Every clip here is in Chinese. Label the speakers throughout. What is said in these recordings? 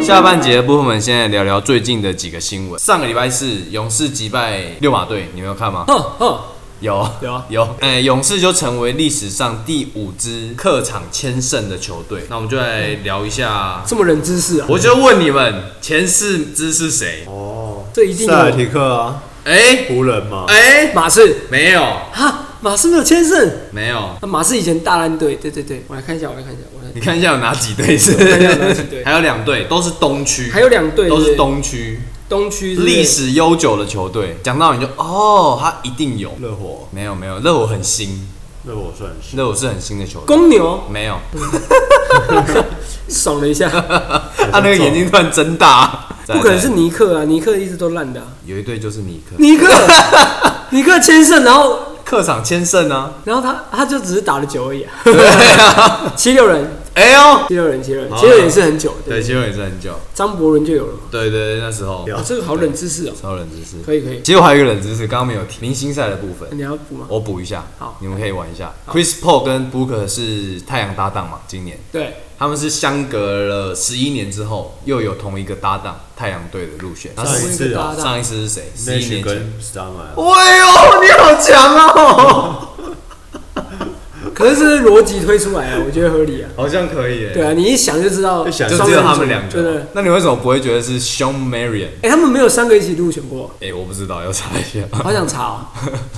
Speaker 1: 下半节的部分，我们现在聊聊最近的几个新闻。上个礼拜四，勇士击败六马队，你们有看吗？
Speaker 2: 哼哼，
Speaker 1: 有
Speaker 2: 有啊
Speaker 1: 有，哎、勇士就成为历史上第五支客场千胜的球队。那我们就来聊一下，
Speaker 2: 这么冷知识啊！
Speaker 1: 我就问你们，前四支是谁？
Speaker 3: 哦，
Speaker 2: 这一定
Speaker 3: 塞尔
Speaker 2: 有
Speaker 3: 提克啊，
Speaker 1: 哎、
Speaker 3: 湖人嘛，
Speaker 1: 哎、
Speaker 2: 马刺
Speaker 1: 没有
Speaker 2: 哈，马刺没有签胜。
Speaker 1: 没有，
Speaker 2: 那马刺以前大烂队，对对对，我来看一下，我来看一下，我来
Speaker 1: 你看一下有哪几队是
Speaker 2: 看一下有哪几？队
Speaker 1: 还有两队都是东区，
Speaker 2: 还有两队
Speaker 1: 都
Speaker 2: 对
Speaker 1: 是
Speaker 2: 不对
Speaker 1: 东区
Speaker 2: 东区是不是
Speaker 1: 历史悠久的球队。讲到你就哦，他一定有。
Speaker 3: 热火，
Speaker 1: 没有没有，热火很新，
Speaker 3: 热火算是
Speaker 1: 热火是很新的球队。
Speaker 2: 公牛
Speaker 1: 没有，
Speaker 2: 爽 了一下，
Speaker 1: 他那个眼睛突然睁大，再来
Speaker 2: 不可能
Speaker 1: 再
Speaker 2: 是
Speaker 1: 来
Speaker 2: 尼克啊，尼克一直都烂的啊、
Speaker 1: 有一队就是尼克，
Speaker 2: 尼克 尼克签胜，然后
Speaker 1: 客场千胜啊。
Speaker 2: 然后他他就只是打了九而已、啊，
Speaker 1: 对啊，
Speaker 2: 七六人
Speaker 1: 哎呦，
Speaker 2: 七六人七六人
Speaker 1: 好啊
Speaker 2: 七六人也是很久，
Speaker 1: 对，
Speaker 2: 对，
Speaker 1: 其实也是很久，
Speaker 2: 张伯伦就有了嘛，
Speaker 1: 对对对，那时候
Speaker 3: 有
Speaker 2: 哦，这个好冷知识哦，
Speaker 1: 超冷知识。
Speaker 2: 可以可以，
Speaker 1: 其实我还有一个冷知识，刚刚没有提明星赛的部分，
Speaker 2: 你要补吗？
Speaker 1: 我补一下，
Speaker 2: 好
Speaker 1: 你们可以玩一下。Chris Paul 跟 Booker 是太阳搭档嘛，今年
Speaker 2: 对，
Speaker 1: 他们是相隔了十一年之后，又有同一个搭档太阳队的入选。然后
Speaker 3: 上一次啊
Speaker 2: 搭档
Speaker 1: 上一次是谁？十一
Speaker 3: Nash
Speaker 1: 年前。
Speaker 3: 跟 s t a r m a
Speaker 1: 哎呦，你好强哦！
Speaker 2: 可是这是逻辑推出来啊，我觉得合理啊，
Speaker 1: 好像可以耶
Speaker 2: 对，啊，你一想就知道，
Speaker 3: 一想
Speaker 1: 就
Speaker 3: 就
Speaker 1: 只有他们两
Speaker 2: 对对
Speaker 1: 个。。那你为什么不会觉得是 Sean Marion？
Speaker 2: 哎、他们没有三个一起入选 过，
Speaker 1: 哎，我不知道，要查一下。
Speaker 2: 好想查哦，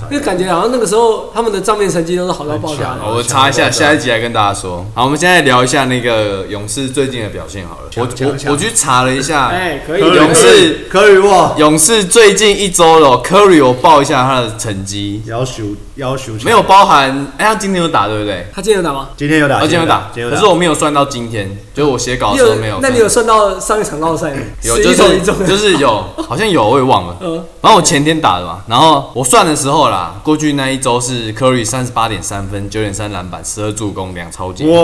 Speaker 2: 因为感觉好像那个时候他们的账面成绩都是好到爆炸的
Speaker 3: 很强。
Speaker 1: 好，我查一下，下一集来跟大家说。好，我们现在聊一下那个勇士最近的表现好了。我
Speaker 3: 强
Speaker 1: 我
Speaker 3: 强
Speaker 1: 我去查了一下，
Speaker 2: 哎、可以，
Speaker 1: 合理
Speaker 2: 可以
Speaker 1: 勇士
Speaker 3: 科里沃
Speaker 1: 勇士最近一周了，Curry 我报一下他的成绩，
Speaker 3: 要求要求
Speaker 1: 没有包含，哎，他今天有打对不对？哦
Speaker 2: 他今天有打吗？
Speaker 3: 今天有打，
Speaker 1: 他今天有打，
Speaker 3: 啊今天有
Speaker 1: 可是我没有算到今天，就是我写稿的时候没有算。
Speaker 2: 那你有算到上一场绕赛吗？
Speaker 1: 有
Speaker 2: 11
Speaker 1: 就
Speaker 2: 中
Speaker 1: 是
Speaker 2: 一中，
Speaker 1: 就是有，好像有，我也忘了。
Speaker 2: 嗯
Speaker 1: 然后我前天打的嘛，然后我算的时候啦，过去那一周是 Curry 三十八点三分，九点三篮板，十二助攻，两超级。
Speaker 3: 哇，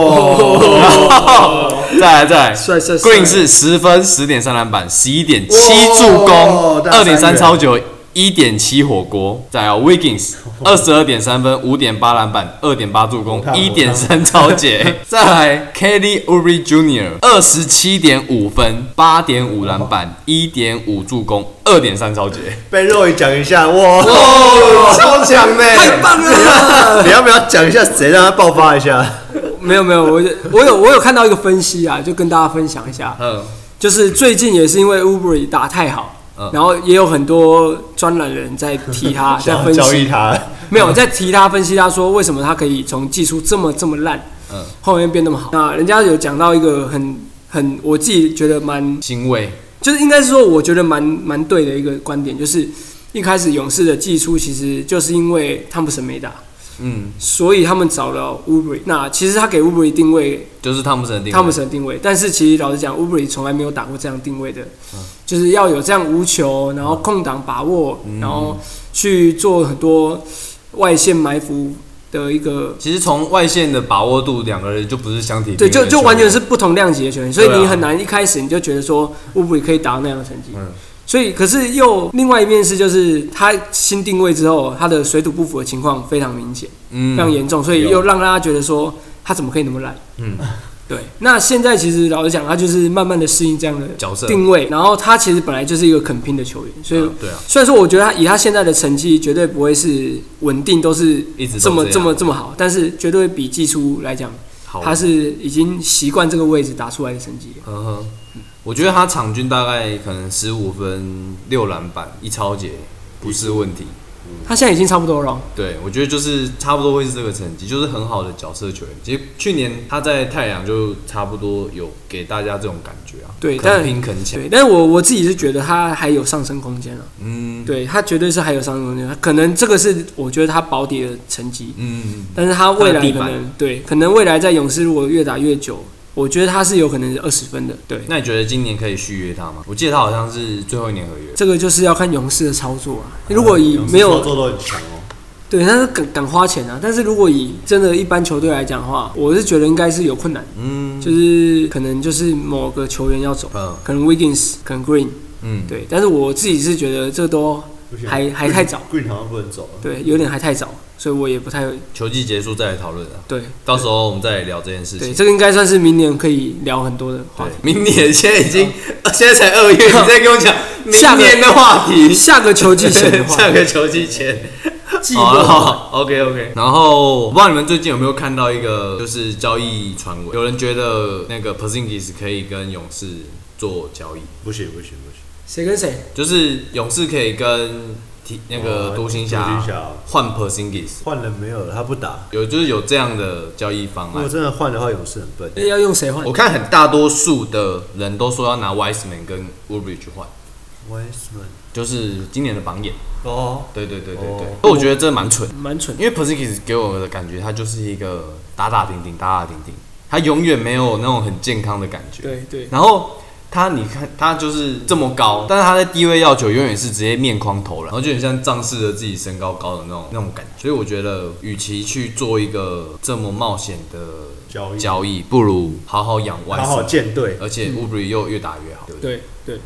Speaker 1: 然后 再来再来
Speaker 2: 帅帅帅
Speaker 1: ，Green 是十分十点三篮板十一点七
Speaker 3: 哇
Speaker 1: 助攻，二
Speaker 3: 大三
Speaker 1: 点
Speaker 3: 元
Speaker 1: 三超九一点七火锅，再来 Wiggins 二十二点三分五点八篮板二点八助攻
Speaker 3: 我看
Speaker 1: 一
Speaker 3: 我
Speaker 1: 点
Speaker 3: 看
Speaker 1: 三超 解，再来 Kelly Oubre Jr. 二十七点五分八点五篮板一点五助攻二点三超解，
Speaker 3: 被肉宇讲一下，哇，
Speaker 1: 超强的，
Speaker 2: 太 棒了！
Speaker 3: 你要不要讲一下谁让他爆发一下？
Speaker 2: 没有没有，我我有我有看到一个分析啊，就跟大家分享一下，
Speaker 1: 嗯，
Speaker 2: 就是最近也是因为 Uber 打太好
Speaker 1: 嗯，
Speaker 2: 然后也有很多专栏人在 替他在
Speaker 3: 想要
Speaker 2: 分
Speaker 3: 交
Speaker 2: 析
Speaker 3: 易他，
Speaker 2: 没有在提他分析他说为什么他可以从技术这么这么烂，
Speaker 1: 嗯
Speaker 2: 后面变那么好。那人家有讲到一个很很我自己觉得蛮，
Speaker 1: 欣慰，
Speaker 2: 就是应该是说我觉得蛮蛮对的一个观点，就是一开始勇士的技术其实就是因为汤普森没打，
Speaker 1: 嗯，
Speaker 2: 所以他们找了 Uber。那其实他给 Uber 定位
Speaker 1: 就是汤姆森的定位，
Speaker 2: 汤普森定位，但是其实老实讲，Uber 从来没有打过这样定位的，就是要有这样无球，然后空档把握，
Speaker 1: 嗯
Speaker 2: 然后去做很多外线埋伏的一个，
Speaker 1: 其实从外线的把握度，两个人就不是相提
Speaker 2: 对，
Speaker 1: 并论
Speaker 2: 就
Speaker 1: 的
Speaker 2: 就
Speaker 1: 球
Speaker 2: 完全
Speaker 1: 员
Speaker 2: 是不同量级的球员，所以
Speaker 1: 对啊
Speaker 2: 你很难一开始你就觉得说 Uber 可以达到那样的成绩。
Speaker 1: 嗯
Speaker 2: 所以，可是又另外一面是，就是他新定位之后，他的水土不服的情况非常明显。
Speaker 1: 嗯
Speaker 2: 非常严重，所以又让大家觉得说他怎么可以那么烂？
Speaker 1: 嗯，
Speaker 2: 对。那现在其实老实讲，他就是慢慢的适应这样的
Speaker 1: 角色
Speaker 2: 定位，然后他其实本来就是一个肯拼的球员，所以
Speaker 1: 嗯对啊，
Speaker 2: 虽然说我觉得他以他现在的成绩绝对不会是稳定都是
Speaker 1: 一直都
Speaker 2: 这么
Speaker 1: 这样
Speaker 2: 这么这么好，但是绝对比技术来讲，
Speaker 1: 好
Speaker 2: 他是已经习惯这个位置打出来的成绩了。
Speaker 1: 呵呵，嗯我觉得他场均大概可能十五分、六篮板、一超节不是问题。
Speaker 2: 他现在已经差不多了哦，
Speaker 1: 对，我觉得就是差不多会是这个成绩，就是很好的角色球员。其实去年他在太阳就差不多有给大家这种感觉啊，
Speaker 2: 对
Speaker 1: 肯
Speaker 2: 但
Speaker 1: 拼肯抢，
Speaker 2: 对。但是我我自己是觉得他还有上升空间了，
Speaker 1: 嗯，，
Speaker 2: 对他绝对是还有上升空间，他可能这个是我觉得他保底的成绩。
Speaker 1: 嗯，
Speaker 2: 但是他未
Speaker 1: 他
Speaker 2: 来可
Speaker 1: 的地
Speaker 2: 能对，可能未来在勇士如果越打越久，我觉得他是有可能是二十分的。对，
Speaker 1: 那你觉得今年可以续约他吗？我记得他好像是最后一年合约，
Speaker 2: 这个就是要看勇士的操作啊。
Speaker 1: 哦
Speaker 2: 如果以没有
Speaker 3: 做都很强哦，
Speaker 2: 对，但是敢敢花钱啊。但是如果以真的一般球队来讲的话，我是觉得应该是有困难，
Speaker 1: 嗯
Speaker 2: 就是可能就是某个球员要走，
Speaker 1: 嗯
Speaker 2: 可能 Wiggins，可能 Green，
Speaker 1: 嗯，
Speaker 2: 对。但是我自己是觉得这都
Speaker 3: 不行
Speaker 2: 还还太早，
Speaker 3: Green 好像不能走了，
Speaker 2: 对，有点还太早。所以我也不太
Speaker 1: 球季结束再来讨论啊，
Speaker 2: 对
Speaker 1: 到时候我们再来聊这件事
Speaker 2: 对，
Speaker 1: 情。
Speaker 2: 这个应该算是明年可以聊很多的话题。
Speaker 1: 明年现在已经，现在才二月，你再跟我 讲
Speaker 2: 下
Speaker 1: 明
Speaker 2: 个
Speaker 1: 年的话题，
Speaker 2: 下个球季前的 话，哦
Speaker 1: 下个球季前。
Speaker 3: 季
Speaker 1: 好了好，OK OK。然后我不知道你们最近有没有看到一个就是交易传闻，有人觉得那个 p e r s i n g i s 可以跟勇士做交易，
Speaker 3: 不行不行不行，
Speaker 2: 谁跟谁？
Speaker 1: 就是勇士可以跟提那个
Speaker 3: 哦
Speaker 1: 独行
Speaker 3: 独
Speaker 1: 侠
Speaker 3: 行侠哦
Speaker 1: 换 p e r s i n g i s
Speaker 3: 换人没有了，他不打。
Speaker 1: 有就是有这样的交易方
Speaker 3: 如果
Speaker 1: 案。
Speaker 3: 真的换的话，勇士很笨。
Speaker 2: 要用谁换
Speaker 1: 我？看很大多数的人都说要拿 Wiseman 跟 Woodbridge 换，
Speaker 3: Wiseman
Speaker 1: 就是今年的榜眼。
Speaker 3: 哦，
Speaker 1: 对对对对对
Speaker 3: 哦，
Speaker 1: 所以我觉得这蛮蠢的，
Speaker 2: 蛮蠢的，
Speaker 1: 因为 p e r s i n g i s 给我的感觉，他就是一个打打停停，打打停停，他永远没有那种很健康的感觉。
Speaker 2: 对对，
Speaker 1: 然后他，你看他就是这么高，但是他在低位要求永远是直接面框投篮，然后就很像仗势着自己身高高的那种那种感觉。所以我觉得，与其去做一个这么冒险的
Speaker 3: 交易
Speaker 1: 交易，不如好好养 Y
Speaker 3: 好好舰队，
Speaker 1: 而且 u b r 又越打越好，对不对？
Speaker 2: 对对。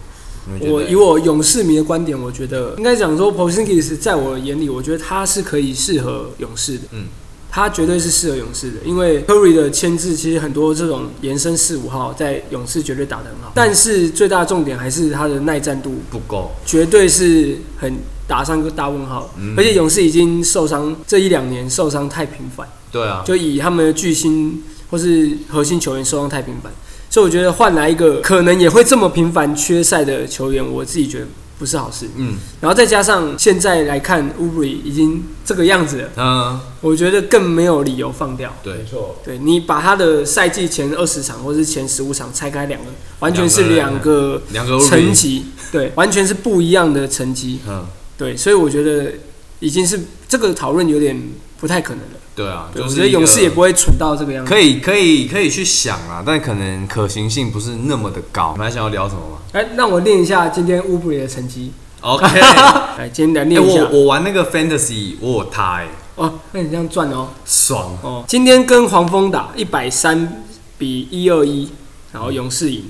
Speaker 1: 你们觉得
Speaker 2: 我以我勇士迷的观点，我觉得应该讲说 p o s i n g i s 在我眼里，我觉得他是可以适合勇士的。
Speaker 1: 嗯，
Speaker 2: 他绝对是适合勇士的，因为 Curry 的签字其实很多这种延伸四五号在勇士绝对打得很
Speaker 1: 嗯
Speaker 2: 好，但是最大的重点还是他的耐战度
Speaker 1: 不够，
Speaker 2: 绝对是很打上个大问号。
Speaker 1: 嗯
Speaker 2: 而且勇士已经受伤这一两年受伤太频繁，
Speaker 1: 对啊，
Speaker 2: 就以他们的巨星或是核心球员受伤太频繁，所以我觉得换来一个可能也会这么频繁缺赛的球员，我自己觉得不是好事。
Speaker 1: 嗯
Speaker 2: 然后再加上现在来看 u b r y 已经这个样子了，
Speaker 1: 嗯，
Speaker 2: 我觉得更没有理由放掉。
Speaker 1: 对，
Speaker 3: 错，
Speaker 2: 对你把他的赛季前二十场或是前十五场拆开两个，完全是
Speaker 1: 两
Speaker 2: 两个
Speaker 1: 两个 u b
Speaker 2: 层级，对，完全是不一样的层级。
Speaker 1: 嗯，
Speaker 2: 对，所以我觉得已经是这个讨论有点不太可能了。
Speaker 1: 对啊，
Speaker 2: 对，
Speaker 1: 就
Speaker 2: 我
Speaker 1: 是
Speaker 2: 觉得
Speaker 1: 一个
Speaker 2: 勇士也不会蠢到这个样子。
Speaker 1: 可以可以可以去想啊，但可能可行性不是那么的高。你们还想要聊什么吗
Speaker 2: 哎，让我练一下今天乌布里的 成绩。
Speaker 1: ？OK，
Speaker 2: 来，今天来
Speaker 1: 哎、
Speaker 2: 练一下。
Speaker 1: 我我玩那个 Fantasy，我有他、欸，
Speaker 2: 哦，那你这样赚哦。
Speaker 1: 爽。
Speaker 2: 哦，今天跟黄蜂打一百三比一二一，然后勇士赢。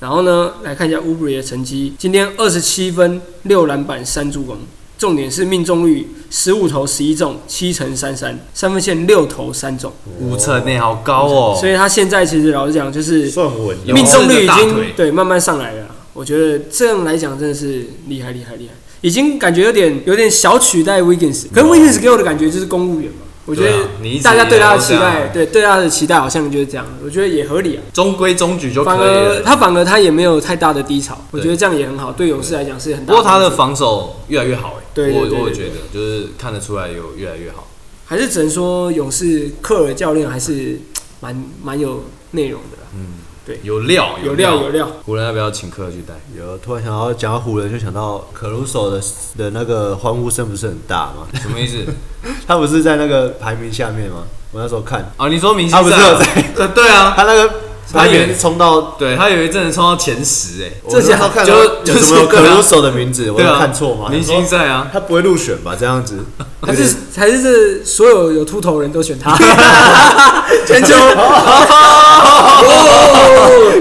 Speaker 2: 然后呢，来看一下乌布里的成绩。今天二十七分、六篮板、三助攻，重点是命中率十五投十一中，七乘三三，三分线六投三中。
Speaker 1: 五成呢、好高哦、
Speaker 2: 所以他现在其实老实讲，就是
Speaker 3: 算稳的哦，
Speaker 2: 命中率
Speaker 1: 勇士的
Speaker 2: 已
Speaker 1: 大
Speaker 2: 经
Speaker 1: 腿
Speaker 2: 对慢慢上来了啊。我觉得这样来讲真的是厉害厉害厉害，已经感觉有点有点小取代 Wiggins，可是 Wiggins 给我的感觉就是公务员嘛。我觉
Speaker 1: 嗯对
Speaker 2: 得
Speaker 1: 啊你一直
Speaker 2: 大家对
Speaker 1: 以来
Speaker 2: 他的
Speaker 1: 都
Speaker 2: 期
Speaker 1: 这样
Speaker 2: 待，对对他的期待好像就是这样，我觉得也合理啊。
Speaker 1: 中规中矩就可
Speaker 2: 反
Speaker 1: 以
Speaker 2: 而
Speaker 1: 了。
Speaker 2: 他反而他也没有太大的低潮，我
Speaker 1: 对
Speaker 2: 觉得这样也很好，对勇士来讲是很
Speaker 1: 不
Speaker 2: 大帮助。
Speaker 1: 过他的防守越来越好、欸，
Speaker 2: 对对对对
Speaker 1: 我我有
Speaker 2: 对
Speaker 1: 觉得就是看得出来有越来越好。
Speaker 2: 还是只能说勇士克尔教练还是蛮蛮有内容的啦，
Speaker 1: 嗯有料，
Speaker 2: 有料
Speaker 1: 料，
Speaker 2: 有料。
Speaker 1: 湖人要不要请客去带？
Speaker 3: 有，突然想到讲到湖人，就想到可鲁索的的那个欢呼声不是很大吗？
Speaker 1: 什么意思？
Speaker 3: 他不是在那个排名下面吗？我那时候看，
Speaker 1: 啊，你说明星
Speaker 3: 他不是
Speaker 1: 赛啊
Speaker 3: 有在
Speaker 1: 呃 对啊，
Speaker 3: 他那个排
Speaker 1: 他也
Speaker 3: 名冲到，
Speaker 1: 对他有一阵子冲到前十、欸，
Speaker 3: 我那时候看到
Speaker 1: 就就
Speaker 3: 有
Speaker 1: 是
Speaker 3: 什么有可
Speaker 1: 对啊
Speaker 3: 鲁索的名字，我
Speaker 1: 对
Speaker 3: 有
Speaker 1: 啊，
Speaker 3: 看错吗？
Speaker 1: 明
Speaker 3: 想
Speaker 1: 星
Speaker 3: 说
Speaker 1: 赛啊，
Speaker 3: 他不会入选吧？这样 子，
Speaker 2: 还是还是这所有有秃头人 都选他，全球
Speaker 3: 灌票。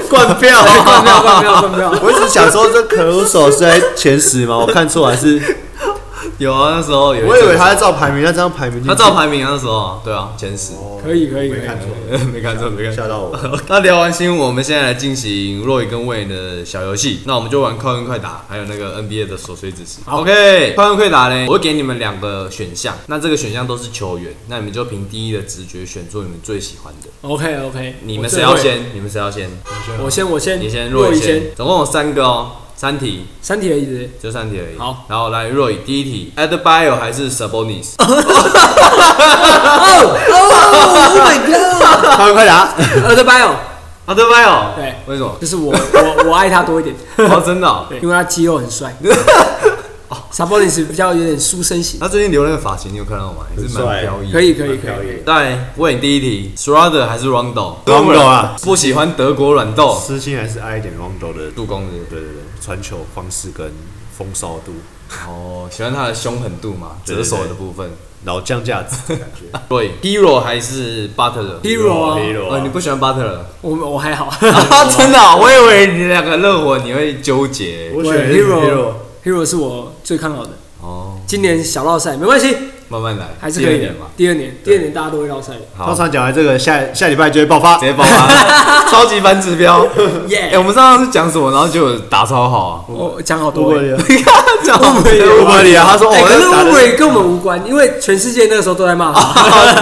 Speaker 2: 灌票灌票灌票，
Speaker 3: 我一直想说，这可鲁索是在前十吗？我看错还是？
Speaker 1: 有啊，那时候有一阵
Speaker 3: 我
Speaker 1: 子，
Speaker 3: 以为他在照排名，那这样排名进去
Speaker 1: 他照排名啊那时候啊，对啊，前十。
Speaker 2: 可以可以可
Speaker 3: 没
Speaker 2: 以
Speaker 3: 看，错，
Speaker 1: 没看错，没看错。
Speaker 3: 吓到我。
Speaker 1: 那聊完新闻，我们现在来进行若雨跟魏的小游戏。那我们就玩快问快答，还有那个 NBA 的琐碎知识。OK，快问快答呢，我会给你们两个选项，那这个选项都是球员，那你们就凭第一的直觉选出你们最喜欢的。
Speaker 2: OK OK，
Speaker 1: 你们谁要？先？你们谁要先？
Speaker 2: 我先我先，
Speaker 1: 你先，若
Speaker 2: 若
Speaker 1: 雨
Speaker 2: 雨
Speaker 1: 先。总共有三个哦，三题，
Speaker 2: 三体的椅子，
Speaker 1: 就三题而已。
Speaker 2: 好，
Speaker 1: 然后来若雨第一题，Adbio 还是 Sabonis？ 哦，oh
Speaker 3: 快快答，
Speaker 2: 呃，德拜哦，
Speaker 1: 啊 Adbio，
Speaker 2: 对
Speaker 1: 为什么？
Speaker 2: 就是我我我爱他多 一点，
Speaker 1: 哦，真的哦，
Speaker 2: 对，因为他肌肉很帅。萨波尼斯比较有点书生型，
Speaker 1: 他最近留那个发型，你有看到吗？也是
Speaker 3: 很
Speaker 1: 蛮
Speaker 3: 帅
Speaker 1: 飘逸的。
Speaker 2: 可以可以可
Speaker 3: 表
Speaker 2: 以，
Speaker 3: 演。
Speaker 1: 来问你第一题，Schroeder 还是 Rondo？
Speaker 3: Rondo 啊
Speaker 1: 不喜欢德国软豆，
Speaker 3: 哦私心还是爱一点 Rondo 的，
Speaker 1: 助攻是不是
Speaker 3: 对对对，传球方式跟风骚度，
Speaker 1: 哦，喜欢他的凶狠度嘛，
Speaker 3: 对
Speaker 1: 折手的部分。
Speaker 3: 老将架子的感觉。
Speaker 1: 对，Hero 还是 Butler？
Speaker 2: Hero 啊
Speaker 3: Hero
Speaker 1: 哦，你不喜欢 Butler？
Speaker 2: 我我还好
Speaker 1: 啊真的啊，我以为你两个热火你会纠结
Speaker 3: 我
Speaker 2: 对
Speaker 3: 选
Speaker 2: Hero
Speaker 3: Hero，
Speaker 2: ，Hero 是我最看好的。
Speaker 1: 哦。
Speaker 2: 今年小绕赛没关系，
Speaker 1: 慢慢来，
Speaker 2: 还是可
Speaker 1: 第
Speaker 2: 以
Speaker 1: 二
Speaker 2: 的
Speaker 1: 年吧。。
Speaker 2: 第二年，第二年大家都会绕赛的，
Speaker 1: 好
Speaker 3: 通，常讲完这个，下下礼拜就会爆发
Speaker 1: 直。接爆 发，超级反指标。哎、
Speaker 2: 耶！
Speaker 1: 我们上次讲什么，然后就打超好啊，
Speaker 2: 我讲好
Speaker 3: 乌
Speaker 2: 多
Speaker 3: 龟
Speaker 2: 欸，
Speaker 3: 里，
Speaker 1: 讲
Speaker 2: 乌龟
Speaker 1: 乌
Speaker 3: 乌龟里啊，他说哦，
Speaker 2: 哎，可是
Speaker 3: 那打得
Speaker 2: Uber 跟我们无关，因为全世界那个时候都在骂
Speaker 1: 哦
Speaker 2: 他，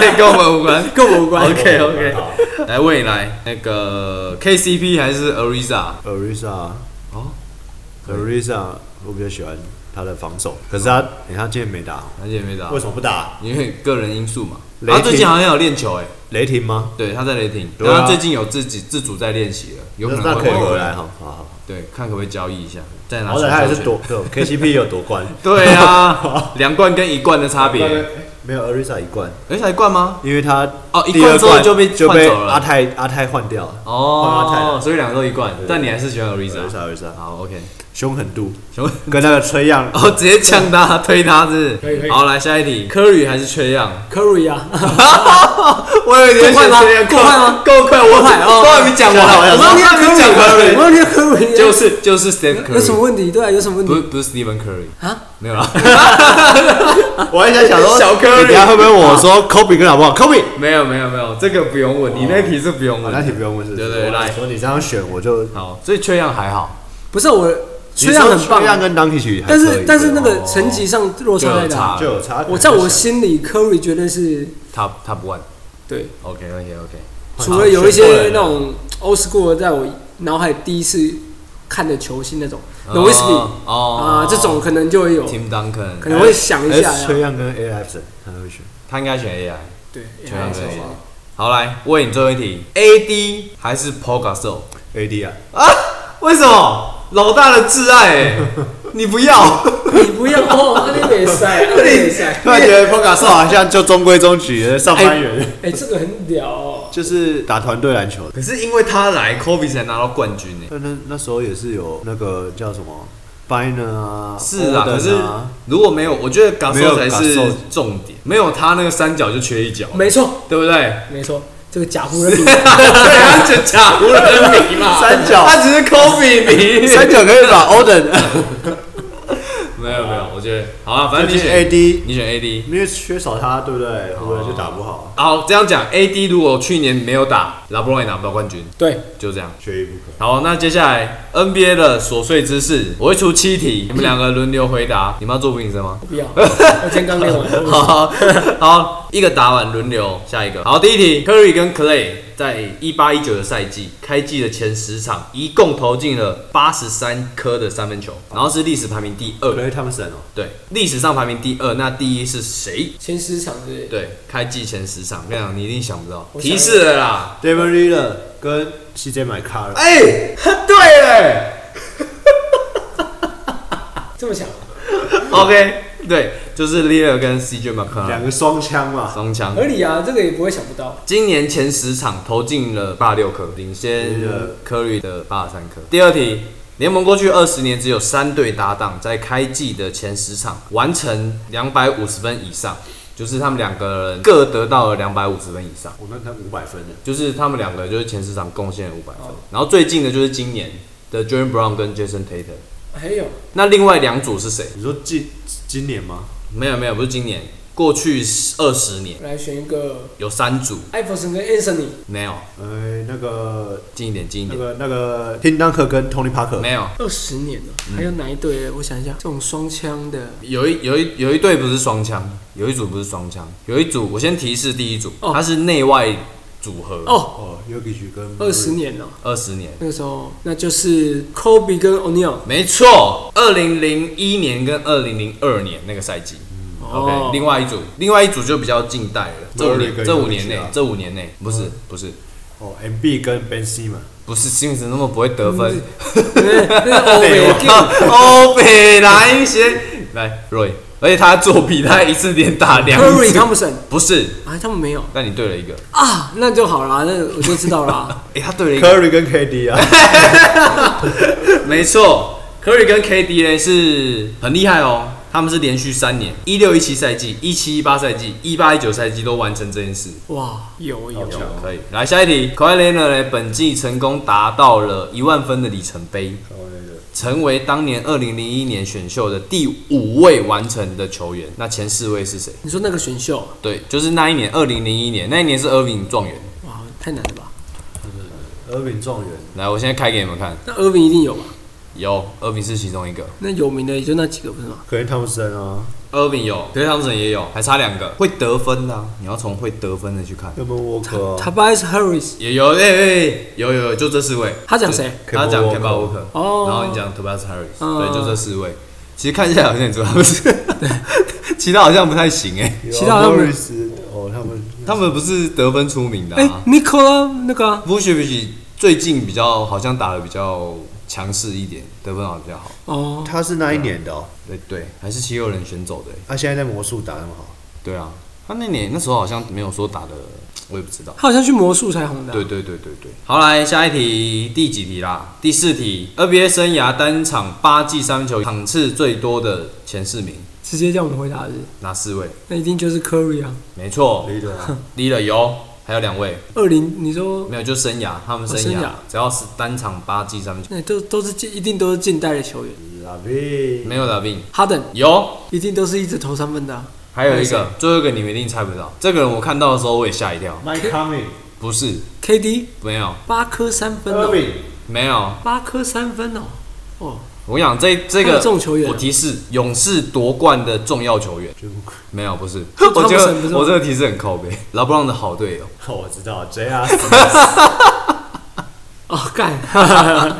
Speaker 1: 对，跟我们无 关。
Speaker 2: 跟我们无关。
Speaker 1: OK OK，来未来那个 KCP 还是 Ariza？
Speaker 3: Arisa
Speaker 1: 哦
Speaker 3: 哦，Arisa 我比较喜欢他的防守，可是他你看他今天没打，
Speaker 1: 而且没打，
Speaker 3: 为什么不打？
Speaker 1: 因为个人因素嘛。
Speaker 3: 雷
Speaker 1: 他最近
Speaker 3: 霆
Speaker 1: 好像有练球哎、
Speaker 3: 雷霆吗？
Speaker 1: 对，他在雷霆，
Speaker 3: 对啊
Speaker 1: 然后最近有自己自主在练习了，有可能
Speaker 3: 那
Speaker 1: 会
Speaker 3: 可以
Speaker 1: 回
Speaker 3: 回来，好好好。
Speaker 1: 对，看可不可以交易一下，再拿
Speaker 3: 好
Speaker 1: 出
Speaker 3: 歹他也
Speaker 1: 授
Speaker 3: 是
Speaker 1: 权。
Speaker 3: 夺对 KCP 有夺 冠，
Speaker 1: 对 啊，两冠跟一冠的差别，哎、
Speaker 3: 没有 Arisa 一冠，
Speaker 1: 才一冠吗？
Speaker 3: 因为他
Speaker 1: 哦一
Speaker 3: 第
Speaker 1: 冠
Speaker 3: 二
Speaker 1: 之后就被
Speaker 3: 就
Speaker 1: 换
Speaker 3: 被
Speaker 1: 走了
Speaker 3: 阿泰阿泰换掉了。换阿泰
Speaker 1: 哦
Speaker 3: 了，
Speaker 1: 所以两个都一冠，
Speaker 3: 对
Speaker 1: 但你还是喜欢 Ariza。
Speaker 3: Arisa Arisa
Speaker 1: 好，OK，
Speaker 3: 凶狠度哦
Speaker 1: 熊，
Speaker 3: 跟那个崔样
Speaker 1: 然后哦直接呛他，推他是不
Speaker 2: 可以可
Speaker 1: 是。
Speaker 2: 以
Speaker 1: 好，来下一题，科里还是缺氧？
Speaker 2: Curry 啊，
Speaker 1: 我以为你会选谁啊
Speaker 2: 够快吗？
Speaker 1: 够快，我
Speaker 2: 快哦
Speaker 1: 都还没讲完，
Speaker 3: 吓到
Speaker 1: 我
Speaker 3: 我了
Speaker 2: 我
Speaker 1: 都
Speaker 2: 要
Speaker 1: 还没讲
Speaker 2: Curry，
Speaker 1: Curry，
Speaker 2: 我要念 Curry，
Speaker 1: 就是就是 Steph
Speaker 2: 有什么
Speaker 1: Curry，
Speaker 2: 问题？对啊，有什么问
Speaker 1: 不是
Speaker 2: 题
Speaker 1: 不是 Stephen Curry，
Speaker 2: 啊？
Speaker 1: 没有啦，
Speaker 3: 我还在想说，
Speaker 1: 小科瑞
Speaker 3: 你等下会不会我说 Kobe 跟好不好？Kobe，
Speaker 1: 没有没有没有，这个不用问，你那题是不用
Speaker 3: 我
Speaker 1: 问，
Speaker 3: 那题不用问是不是，
Speaker 1: 对对来
Speaker 3: 我说你这样选我就，
Speaker 1: 好，所以缺氧还好，
Speaker 2: 不是啊我，虽然很
Speaker 3: 崔
Speaker 2: 棒，啊
Speaker 3: 样跟 Dunky 还
Speaker 2: 但
Speaker 3: 可
Speaker 2: 是
Speaker 3: 以
Speaker 2: 但是
Speaker 3: 对
Speaker 2: 那
Speaker 3: 哦
Speaker 2: 个层级上落
Speaker 1: 就
Speaker 2: 差太
Speaker 1: 有
Speaker 2: 大。
Speaker 1: 差
Speaker 3: 就有差，
Speaker 2: 我在我心里，Curry 绝对是
Speaker 1: ，Top Top One，OK
Speaker 2: 对，
Speaker 1: OK OK，
Speaker 2: 除了有一些那种 old school 在我脑海第一次看的球星那种 n o i s l y
Speaker 1: 哦
Speaker 2: 啊，这种可能就会有，
Speaker 1: Tim
Speaker 2: 可
Speaker 1: Duncan，
Speaker 2: 能会想一下啊。
Speaker 3: 崔哎样跟 A F 神他会选
Speaker 1: 他应该选 AI，
Speaker 2: 对，
Speaker 1: 缺氧
Speaker 2: 哎
Speaker 1: 可
Speaker 2: 是
Speaker 1: 以。好，来问你最后一题，AD 还是 p o g a s o
Speaker 3: A D 啊，
Speaker 1: 为什么？老大的挚爱、欸，你不要。
Speaker 2: 你不要哦，阿里美赛，阿里美 赛，
Speaker 3: 突然觉得 p o g a s 好像就中规中矩，上班人
Speaker 2: 哎，这个很屌哦。
Speaker 3: 就是打团队篮球的。
Speaker 1: 可是因为他来，Kobe 才拿到冠军欸呢、
Speaker 3: 那那那时候也是有那个叫什么 Biner 啊，
Speaker 1: 是啊，
Speaker 3: Oden
Speaker 1: 可是如果没有，我觉得 g a s
Speaker 3: 没
Speaker 1: o
Speaker 3: 有
Speaker 1: 才是
Speaker 3: Gasol
Speaker 1: 重点。没有他那个三角就缺一角，
Speaker 2: 没错，
Speaker 1: 对不 对？
Speaker 2: 没错，这个假湖 人比
Speaker 1: 对，他就假湖人迷嘛，
Speaker 3: 三角
Speaker 1: 他只是 Kobe 迷。
Speaker 3: 三角可以 把 Oden，
Speaker 1: 没有没有，我觉得好啊，反正你
Speaker 3: 就是
Speaker 1: 选
Speaker 3: AD
Speaker 1: 你选 AD。
Speaker 3: 因为缺少他，对不对？湖人就打不好，
Speaker 1: 好，这样讲，AD 如果去年没有打，拉布罗也拿不到冠军，
Speaker 2: 对，
Speaker 1: 就这样。
Speaker 3: 缺一不可。
Speaker 1: 好，那接下来 NBA 的琐碎知识，我会出七题，你们两个轮流回 答。你们要做不平声吗？
Speaker 2: 不要，我今天刚练完。
Speaker 1: 好好，一个答完轮流下一个。好，第一题，Curry 跟 Clay 在一八一九的赛季开季的前十场，一共投进了八十三颗的三分球，然后是历史排名第二。
Speaker 3: Clay Thompson 哦，
Speaker 1: 对，历史上排名第二，那第一是谁？
Speaker 2: 前十场是不是
Speaker 1: 对，开季前十场，我跟你讲，你一定想不到，
Speaker 2: 我想
Speaker 1: 提示了啦。
Speaker 3: Devin l i l l a r 跟 CJ 买卡了，
Speaker 1: 哎、 对了
Speaker 2: 这么强啊，
Speaker 1: ，OK，对，就是 l e a 跟 CJ 马克
Speaker 3: 两个双枪嘛，
Speaker 1: 双枪。
Speaker 2: 合理啊，这个也不会想不到。
Speaker 1: 今年前十场投进了八六颗，领先
Speaker 3: 对的
Speaker 1: 科瑞的八十三颗。第二题，联盟过去二十年只有三对搭档在开季的前十场完成两百五十分以上，就是他们两个人各得到了两百五十分以上，
Speaker 3: 我那他五百分的，
Speaker 1: 就是他们两个就是前十场贡献了五百分。
Speaker 3: 哦
Speaker 1: 然后最近的就是今年的 j o r d a n Brown 跟 Jason Tatum。
Speaker 2: 还有
Speaker 1: 那另外两组是谁？
Speaker 3: 你说今今年吗？
Speaker 1: 没有没有，不是今年，过去二十年
Speaker 2: 来选一个
Speaker 1: 有三组
Speaker 2: 艾弗森跟 Anthony，
Speaker 1: 没有，
Speaker 3: 呃，那个
Speaker 1: 近一点近一
Speaker 3: 那
Speaker 1: 点，
Speaker 3: 个那个 Tim Duncan 跟 Tony Parker，
Speaker 1: 没有。
Speaker 2: 二十年了，
Speaker 1: 嗯
Speaker 2: 还有哪一队？我想一下，这种双枪的
Speaker 1: 有一有一有一队不是双枪，有一组不是双枪，有一组我先提示第一组，
Speaker 2: 哦
Speaker 1: 它是内外组合，
Speaker 2: 哦，
Speaker 3: 哦 y o k i c 跟
Speaker 2: 二十年了，
Speaker 1: 二十年，
Speaker 2: 那个时候那就是 Kobe 跟 O'Neal，
Speaker 1: 没错，二零零一年跟二零零二年那个赛季。OK，另
Speaker 2: 嗯哦
Speaker 1: 外一组，另外一组就比较近代了，这五
Speaker 3: Murray
Speaker 1: 年
Speaker 3: 跟
Speaker 1: 这五年
Speaker 3: Jokic
Speaker 1: 内
Speaker 3: 啊，
Speaker 1: 这五年内不
Speaker 2: 嗯
Speaker 1: 是不是
Speaker 3: 哦 MB 跟 Ben Simmons，
Speaker 1: 不是，辛普森那么不会得分，
Speaker 2: 对那个嗯欧美的 game，
Speaker 1: 欧北来一些来 Roy，而且他作弊，他一次连打 两
Speaker 2: Curry
Speaker 1: 次，
Speaker 2: Thompson
Speaker 1: 不是，
Speaker 2: 啊，他们没有
Speaker 1: 但你对了一个，
Speaker 2: 啊，那就好啦，那我就知 道啦。
Speaker 1: 哎，他对了一个。
Speaker 3: Curry 跟 KD 啊，
Speaker 1: 没错，Curry 跟 KD 呢是很厉害哦，他们是连续三年，一六一七赛季、一七一八赛季、一八一九赛季都完成这件事。
Speaker 2: 哇，有有
Speaker 3: 强
Speaker 1: 可以，来下一题 k a w h i Leonard 呢本季成功达到了一万分的里程碑，
Speaker 3: 哦那个
Speaker 1: 成为当年二零零一年选秀的第五位完成的球员。那前四位是谁？
Speaker 2: 你说那个选秀啊，
Speaker 1: 对，就是那一年二零零一年，那一年是 Irving 状元。
Speaker 2: 哇，太难了吧？
Speaker 3: 俄饼状元，
Speaker 1: 来，我现在开给你们看，
Speaker 2: 那 Irving 一定有吧？
Speaker 1: 有 Irving 是其中一个
Speaker 2: 那有名的也就那几个不是吗？
Speaker 3: 可怜汤普森啊，
Speaker 1: ，Irving 有，德汤森也有，还差两个会得分的啊、你要从会得分的去看。
Speaker 3: 要么沃
Speaker 1: 哦
Speaker 3: 克啊，
Speaker 2: Tobias Harris，
Speaker 1: 也有，哎、欸、哎，有有有，就这四位。
Speaker 2: 他讲谁？
Speaker 1: 他讲 k e m b a w o k e
Speaker 2: 哦
Speaker 1: 然后你讲 Tobias Harris，、
Speaker 2: 嗯
Speaker 1: 对，就这四位。其实看起来好像你知道不是， 其他好像不太行哎、
Speaker 2: 其他他们
Speaker 3: 瑞斯哦，他们
Speaker 1: 他们不是得分出名的
Speaker 2: 哎
Speaker 1: 啊。
Speaker 2: ，Nicola 那个啊
Speaker 1: v u c e v i c 最近比较好像打的比较强势一点，得分好像比较好。
Speaker 2: 哦，
Speaker 3: 他是那一年的哦，啊
Speaker 1: 对对，还是七六人选走的、欸。
Speaker 3: 他现在在魔术打那么好，
Speaker 1: 对啊，他那年那时候好像没有说打的，我也不知道。
Speaker 2: 他好像去魔术才红的啊。
Speaker 1: 对对对对对，好来下一题，第几题啦？第四题，NBA 生涯单场八记三分球场次最多的前四名，
Speaker 2: 直接叫我们回答的，
Speaker 1: 哪四位？
Speaker 2: 那一定就是 Curry 啊。
Speaker 1: 没错
Speaker 3: 雷德啊
Speaker 1: ，leader 有，还有两位
Speaker 2: 二零，你说
Speaker 1: 没有，就生涯，他们生
Speaker 2: 哦生
Speaker 1: 涯
Speaker 2: 涯
Speaker 1: 只要是单场八记三分球，
Speaker 2: 那都都是近一定都是近代的球员
Speaker 3: 拉比，
Speaker 1: 没有的病，
Speaker 2: ，Harden
Speaker 1: 有，
Speaker 2: 一定都是一直投三分的啊、
Speaker 1: 还有一
Speaker 2: 还有
Speaker 1: 个，最后一个你们一定猜不到，这个人我看到的时候我也吓一跳，
Speaker 3: ，Mike Conley，
Speaker 1: 不是，
Speaker 2: KD
Speaker 1: 没有，
Speaker 2: 八颗三分
Speaker 3: 俄
Speaker 2: 哦，
Speaker 3: 饼，
Speaker 1: 没有，
Speaker 2: 八颗三分哦，哦，
Speaker 1: 我跟你讲这这
Speaker 2: 还有
Speaker 1: 个
Speaker 2: 这种球员啊
Speaker 1: 我提示勇士夺冠的重要球员，
Speaker 3: 就
Speaker 1: 没有，不 是，
Speaker 2: 就
Speaker 1: 我觉
Speaker 2: Thompson 不是
Speaker 1: 得
Speaker 2: 吗
Speaker 1: 我这个提示很靠背， 拉布朗的好队 友，
Speaker 3: 我知道 JR
Speaker 2: 哦干，
Speaker 3: JR，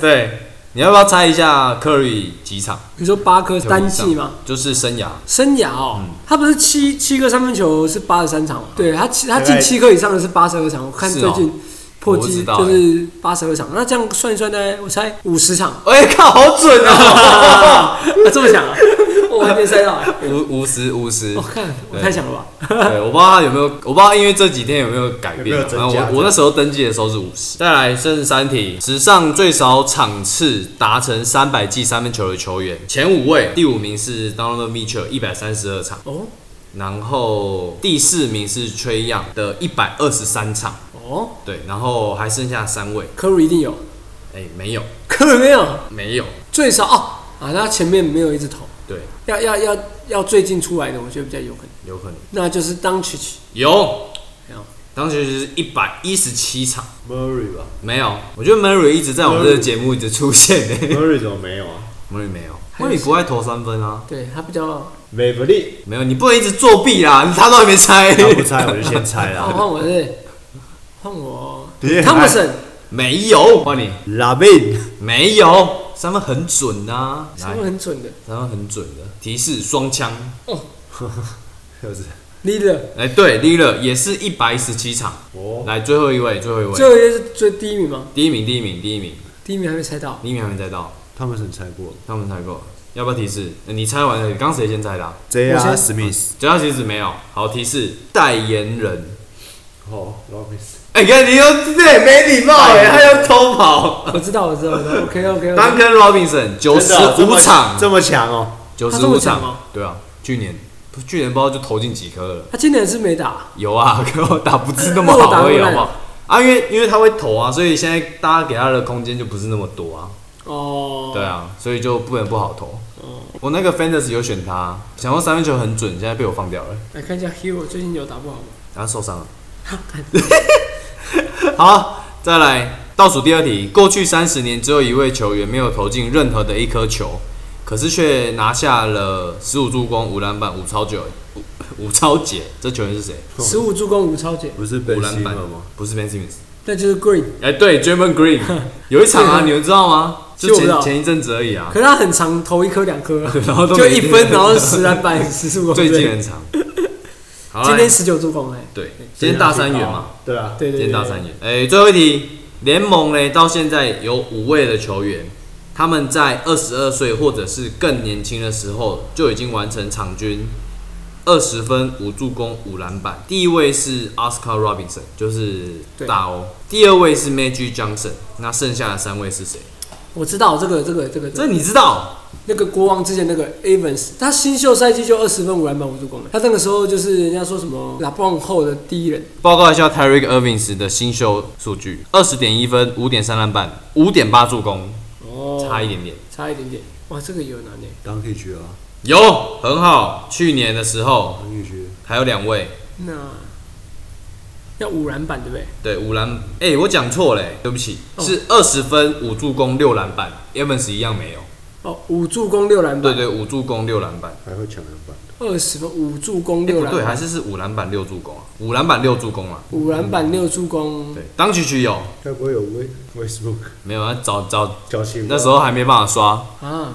Speaker 1: 对，你要不要猜一下 Curry 几场？
Speaker 2: 你说八颗 单季吗？？
Speaker 1: 就是生涯，
Speaker 2: 生涯哦，
Speaker 1: 嗯
Speaker 2: 他不是七七个三分球是八十三场吗？对他七他
Speaker 3: 大
Speaker 2: 进
Speaker 3: 概
Speaker 2: 七颗以上的是八十二场，我看
Speaker 1: 是哦
Speaker 2: 最近破
Speaker 1: 我不
Speaker 2: 纪
Speaker 1: 知道欸
Speaker 2: 就是八十二场，那这样算一算呢，我猜五十场，
Speaker 1: 哎、靠，好准哦！
Speaker 2: 啊，这么想啊， 我还没猜 到啊，
Speaker 1: 五五十五十
Speaker 2: 我，看我
Speaker 1: 对
Speaker 2: 太想了吧，
Speaker 1: 对，我不知道他有没有，我不知道因为这几天有没有改
Speaker 3: 有
Speaker 1: 变
Speaker 3: 没有
Speaker 1: 啊。
Speaker 3: 增
Speaker 1: 然后
Speaker 3: 加
Speaker 1: 我我那时候登记的时候是五十。再来剩三题，史上最少场次达成三百记三分球的球员，前五位，第五名是 Donovan Mitchell 一百三十二场，
Speaker 2: 哦
Speaker 1: 然后第四名是 Trey Young 的一百二十三场，
Speaker 2: 哦，
Speaker 1: 对，然后还剩下三位，
Speaker 2: 科瑞一定有，
Speaker 1: 哎、没有，
Speaker 2: 科瑞没有，
Speaker 1: 没有，
Speaker 2: 最少哦啊，那前面没有一直投，
Speaker 1: 对，
Speaker 2: 要要要要最近出来的，我觉得比较有可能，
Speaker 1: 有可能
Speaker 2: 那就是当曲奇
Speaker 1: 有
Speaker 2: 没有，
Speaker 1: 当时就是一百一十七场。
Speaker 3: Murray 吧
Speaker 1: 没有，我觉得 Mary 一直在我们这个节目一直出现、欸。
Speaker 3: ，Murray 怎么没有啊？
Speaker 1: Mary 没有
Speaker 2: 还有
Speaker 1: ，Mary 不爱投三分啊。
Speaker 2: 对他比较，哦
Speaker 3: 美弗利，
Speaker 1: 没有，你不能一直作弊啦， 他都还没猜。
Speaker 3: 他不猜我就先猜啊
Speaker 2: 换
Speaker 3: 啦，
Speaker 2: 我对，换我
Speaker 3: 你也很爱
Speaker 2: ，Thompson。
Speaker 1: 没有，换你。
Speaker 3: 拉比，
Speaker 1: 没有，三分很准啊，
Speaker 2: 什
Speaker 1: 来，
Speaker 2: 么很准的哦
Speaker 1: 三分很准的。提示双枪，
Speaker 3: 就是
Speaker 2: ，leader
Speaker 1: 哎，对 l i l a 也是一百一十七场。
Speaker 3: 我
Speaker 1: 来，最后一位，最后一
Speaker 2: 最
Speaker 1: 位，
Speaker 2: 后一个是最第一名吗？
Speaker 1: 第一名，第一名，第一名，
Speaker 2: 第一名还 没猜到，
Speaker 1: 第一名还没猜到，
Speaker 3: 他们曾猜过
Speaker 1: 他们猜过了。要不要提示？呃你猜完了，刚谁先猜的、啊？
Speaker 3: JR
Speaker 2: 我先
Speaker 3: Smith，
Speaker 1: 只要其实没有。好，提示代言人。
Speaker 3: 哦 r o b i n s
Speaker 1: 哎、看你又这也没礼貌哎、他又偷跑。
Speaker 2: 我知道，我知道，我知 道，OK OK OK，
Speaker 1: Duncan Robinson 九十
Speaker 2: 啊
Speaker 1: 五场，
Speaker 3: 啊这么强哦，
Speaker 1: 九
Speaker 2: 他
Speaker 1: 十
Speaker 2: 这
Speaker 1: 五
Speaker 2: 么强
Speaker 1: 场
Speaker 2: 哦，
Speaker 1: 对啊，去年不去年不知道就投进几颗了，
Speaker 2: 他今年是没打，
Speaker 1: 有啊， 可我打不是那么好而已， 好
Speaker 2: 那我打不烂
Speaker 1: 不好？啊，因为因为他会投啊，所以现在大家给他的空间就不是那么多啊，
Speaker 2: 哦，
Speaker 1: 对，啊，所以就不能不好投。我那个 Fantasy 有选他，啊想说三分球很准，现在被我放掉了，
Speaker 2: 来看一下 Hero 最近有打不好吗？
Speaker 1: 然后受伤了。
Speaker 2: 哈看
Speaker 1: 好，再来倒数第二题。过去三十年，只有一位球员没有投进任何的一颗球，可是却拿下了十五助攻、五篮板、五超九、五五超解。这球员是谁？
Speaker 2: 十五助攻五超解，
Speaker 3: 不是
Speaker 1: 五
Speaker 3: Ben
Speaker 1: 篮
Speaker 3: s
Speaker 1: 板
Speaker 3: 吗？？
Speaker 1: 不是 Ben Simmons。
Speaker 2: 那就是 Green，
Speaker 1: 哎、对 j a m a n Green 有一场啊，你们知道吗？
Speaker 2: 其
Speaker 1: 就
Speaker 2: 实我不知
Speaker 1: 前
Speaker 2: 道
Speaker 1: 前一阵子而已啊
Speaker 2: 可，是他很常投一颗两颗啊，
Speaker 1: 然后都
Speaker 2: 就
Speaker 1: 没
Speaker 2: 一分，然后十篮板 十助攻，
Speaker 1: 最近
Speaker 2: 对
Speaker 1: 很长。好
Speaker 2: 今
Speaker 1: 来
Speaker 2: 天十九助攻哎，
Speaker 1: 对，今天大三元嘛，，
Speaker 3: 对啊，
Speaker 2: 对
Speaker 1: 今
Speaker 2: 对
Speaker 1: 天大
Speaker 2: 对，
Speaker 1: 三元。哎、最后一题，联盟呢到现在有五位的球员，他们在二十二岁或者是更年轻的时候就已经完成场均二十分、五助攻、五篮板。第一位是 Oscar Robinson，就是大欧；第二位是 Magic Johnson，那剩下的三位是谁？
Speaker 2: 我知道这个这个这个这
Speaker 1: 这
Speaker 2: 个
Speaker 1: 你知道？
Speaker 2: 那个国王之前那个 Evans，他新秀赛季就二十分五篮板五助攻了，他那个时候就是人家说什么 LeBron 后的第一人。
Speaker 1: 报告一下 Tyreek Irving 时的新秀数据：二十点一分、五点三篮板、五点八助攻，
Speaker 2: 哦，
Speaker 1: 差一点点。
Speaker 2: 差一点点。哇，这个有难呢。
Speaker 3: 当 K 区啊，
Speaker 1: 有，很好。去年的时候
Speaker 3: 当 K 区，啊
Speaker 1: 还有两位，
Speaker 2: 那要五篮板对不对？
Speaker 1: 对五篮，哎、我讲错嘞，对不起，
Speaker 2: 哦
Speaker 1: 是二十分五助攻六篮板，Evans 一样没有。
Speaker 2: 哦，五助攻六篮
Speaker 1: 对
Speaker 2: 板，
Speaker 1: 对，五助攻六篮板，
Speaker 3: 还会抢篮板的。
Speaker 2: 二十分五助攻
Speaker 1: 哎、
Speaker 2: 六
Speaker 1: 不
Speaker 2: 篮
Speaker 1: 对，还
Speaker 2: 板，
Speaker 1: 是是五篮板六助攻啊，五篮板六助攻啊。
Speaker 2: 五篮板六助攻。
Speaker 1: 对，当曲曲有
Speaker 3: 该不会有 West Westbrook
Speaker 1: 没有啊？早早
Speaker 3: 交心
Speaker 1: 那时候还没办法刷，
Speaker 2: 啊，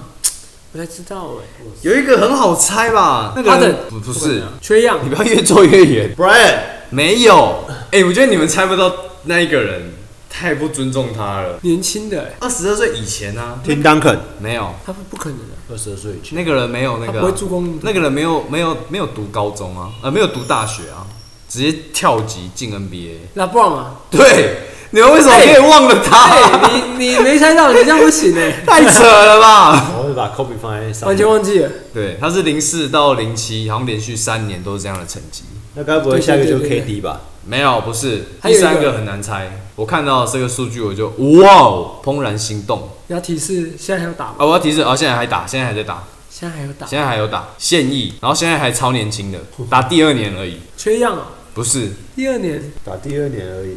Speaker 2: 不太知道哎。
Speaker 1: 有一个很好猜吧？那
Speaker 2: 他
Speaker 1: 个
Speaker 2: 的
Speaker 1: 人不不啊是，
Speaker 2: 啊缺样
Speaker 1: 你不要越做越远。
Speaker 3: Brian
Speaker 1: 没有，哎、我觉得你们猜不到那一个人，太不尊重他了。
Speaker 2: 年轻的哎，
Speaker 1: 二十二岁以前啊，
Speaker 3: Tim Duncan 哦
Speaker 1: 没有
Speaker 2: 他不不可能啊的，
Speaker 3: 二十二岁以前，
Speaker 1: 那个人没有那
Speaker 2: 他
Speaker 1: 个
Speaker 2: 不
Speaker 1: 啊、
Speaker 2: 会助攻
Speaker 1: 那个人没有没有没有读高中啊，呃，没有读大学啊，直接跳级进 NBA。
Speaker 2: 拉布朗啊。
Speaker 1: 对，你们为什么可以忘了他？
Speaker 2: 哎，你你没猜到，你这样不行 哎，
Speaker 1: 太扯了吧！
Speaker 3: 我会把 Kobe 放在上
Speaker 2: 完全
Speaker 3: 面。
Speaker 2: 忘记了。
Speaker 1: 对，他是零四到零七，好像连续三年都是这样的成绩。
Speaker 3: 那该不会下一个就是
Speaker 2: 对对对
Speaker 3: KD 吧？
Speaker 1: 没有，不是
Speaker 2: 还
Speaker 1: 第
Speaker 2: 有一个
Speaker 1: 三个很难猜。我看到这个数据，我就哇，哦，怦然心动
Speaker 2: 你要提示，现在还有打吗？
Speaker 1: 啊！我要提示啊，现在还打，现在还在打，
Speaker 2: 现在还有打，
Speaker 1: 现在还有打现役，然后现在还超年轻的，打第二年而已，
Speaker 2: 缺样啊。
Speaker 1: 不是
Speaker 2: 第二年，
Speaker 3: 打第二年而已。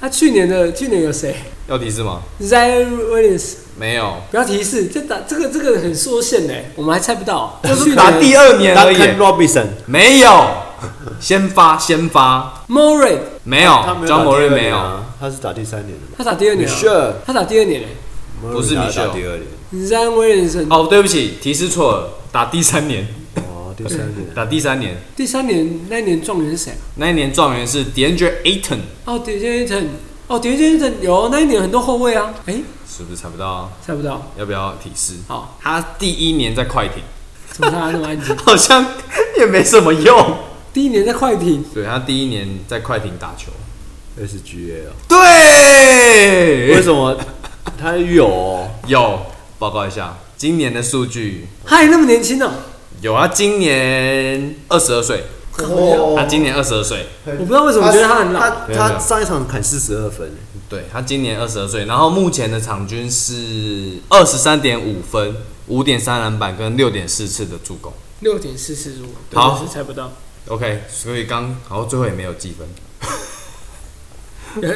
Speaker 2: 他去年的去年有谁
Speaker 1: 要提示吗？
Speaker 2: ？Zion Williams，
Speaker 1: 没有，
Speaker 2: 不要提示，这打这个这个很缩限哎，我们还猜不到。就
Speaker 1: 打第二年而
Speaker 3: Duncan
Speaker 1: 已，
Speaker 3: Robinson
Speaker 1: 没有，先发先发
Speaker 2: Murray，
Speaker 1: 没有，张
Speaker 3: 打
Speaker 1: 某
Speaker 3: 第
Speaker 1: 瑞
Speaker 3: 二
Speaker 1: 没
Speaker 3: 年
Speaker 1: 有，
Speaker 3: 啊，他是打第三年的吧？
Speaker 2: 他打第二年、啊，
Speaker 3: Sure
Speaker 2: 他打第二年哎、
Speaker 1: 不是
Speaker 3: Murray 打
Speaker 1: Mitchell
Speaker 3: 第二年，
Speaker 2: 欸、，Zion Williamson，、
Speaker 1: 哦，对不起，提示错了，打第三年，
Speaker 3: 哦，第三 年。
Speaker 1: 打第三年，
Speaker 2: 第三年那一年状元是谁啊？
Speaker 1: 那一年状元是 DeAndre Ayton，
Speaker 2: 哦 d j a t o n 哦 d j a t o n 有那一年很多后卫啊，哎、
Speaker 1: 是不是猜不到啊？
Speaker 2: 猜不到，
Speaker 1: 要不要提示？
Speaker 2: 好，
Speaker 1: 他第一年在快艇，
Speaker 2: 怎么他那么 安静？
Speaker 1: 好像也没什么用。
Speaker 2: 第一年在快艇，
Speaker 1: 对他第一年在快艇打球，
Speaker 3: SGA 哦，
Speaker 1: 对
Speaker 3: 为什么他有哦？
Speaker 1: 有报告一下今年的数据，
Speaker 2: 他还那么年轻呢、
Speaker 1: 有啊，今年二十二岁，
Speaker 3: 哦
Speaker 1: 他今年二十二岁，
Speaker 2: 我不知道为什么觉得他很老，
Speaker 3: 他
Speaker 1: 没有没
Speaker 3: 他
Speaker 1: 有
Speaker 3: 上一场砍四十二分，
Speaker 1: 对他今年二十二岁，然后目前的场均是二十三点五分，五点三篮板跟六点四次的助攻。
Speaker 2: 六点四四入，
Speaker 1: 好
Speaker 2: 真的是猜 不到。
Speaker 1: OK，所以刚好像最后也没有积分。
Speaker 2: 然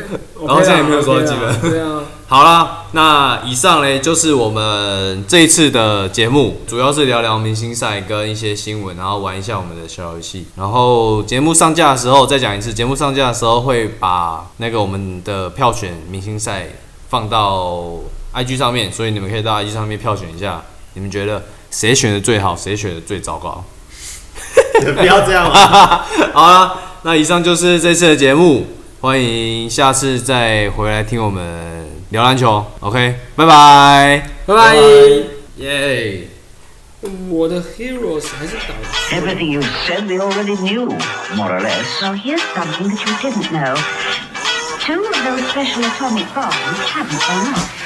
Speaker 1: 后现在也没有说基本
Speaker 2: 对啊，
Speaker 1: 好啦，那以上嘞就是我们这一次的节目，主要是聊聊明星赛跟一些新闻，然后玩一下我们的小游戏。然后节目上架的时候再讲一次，节目上架的时候会把那个我们的票选明星赛放到 IG 上面，所以你们可以到 IG 上面票选一下，你们觉得谁选的最好，谁选的最糟糕。
Speaker 3: 不要这样嘛。
Speaker 1: 好啦，那以上就是这次的节目，欢迎下次再回来听我们聊篮球。OK，拜拜。
Speaker 2: 拜拜。
Speaker 1: 耶！
Speaker 2: 我的 Heroes 还是打。
Speaker 4: Everything you said they already knew, more or less.
Speaker 5: Well, here's something that you didn't know. Two of those special atomic bombs haven't gone off.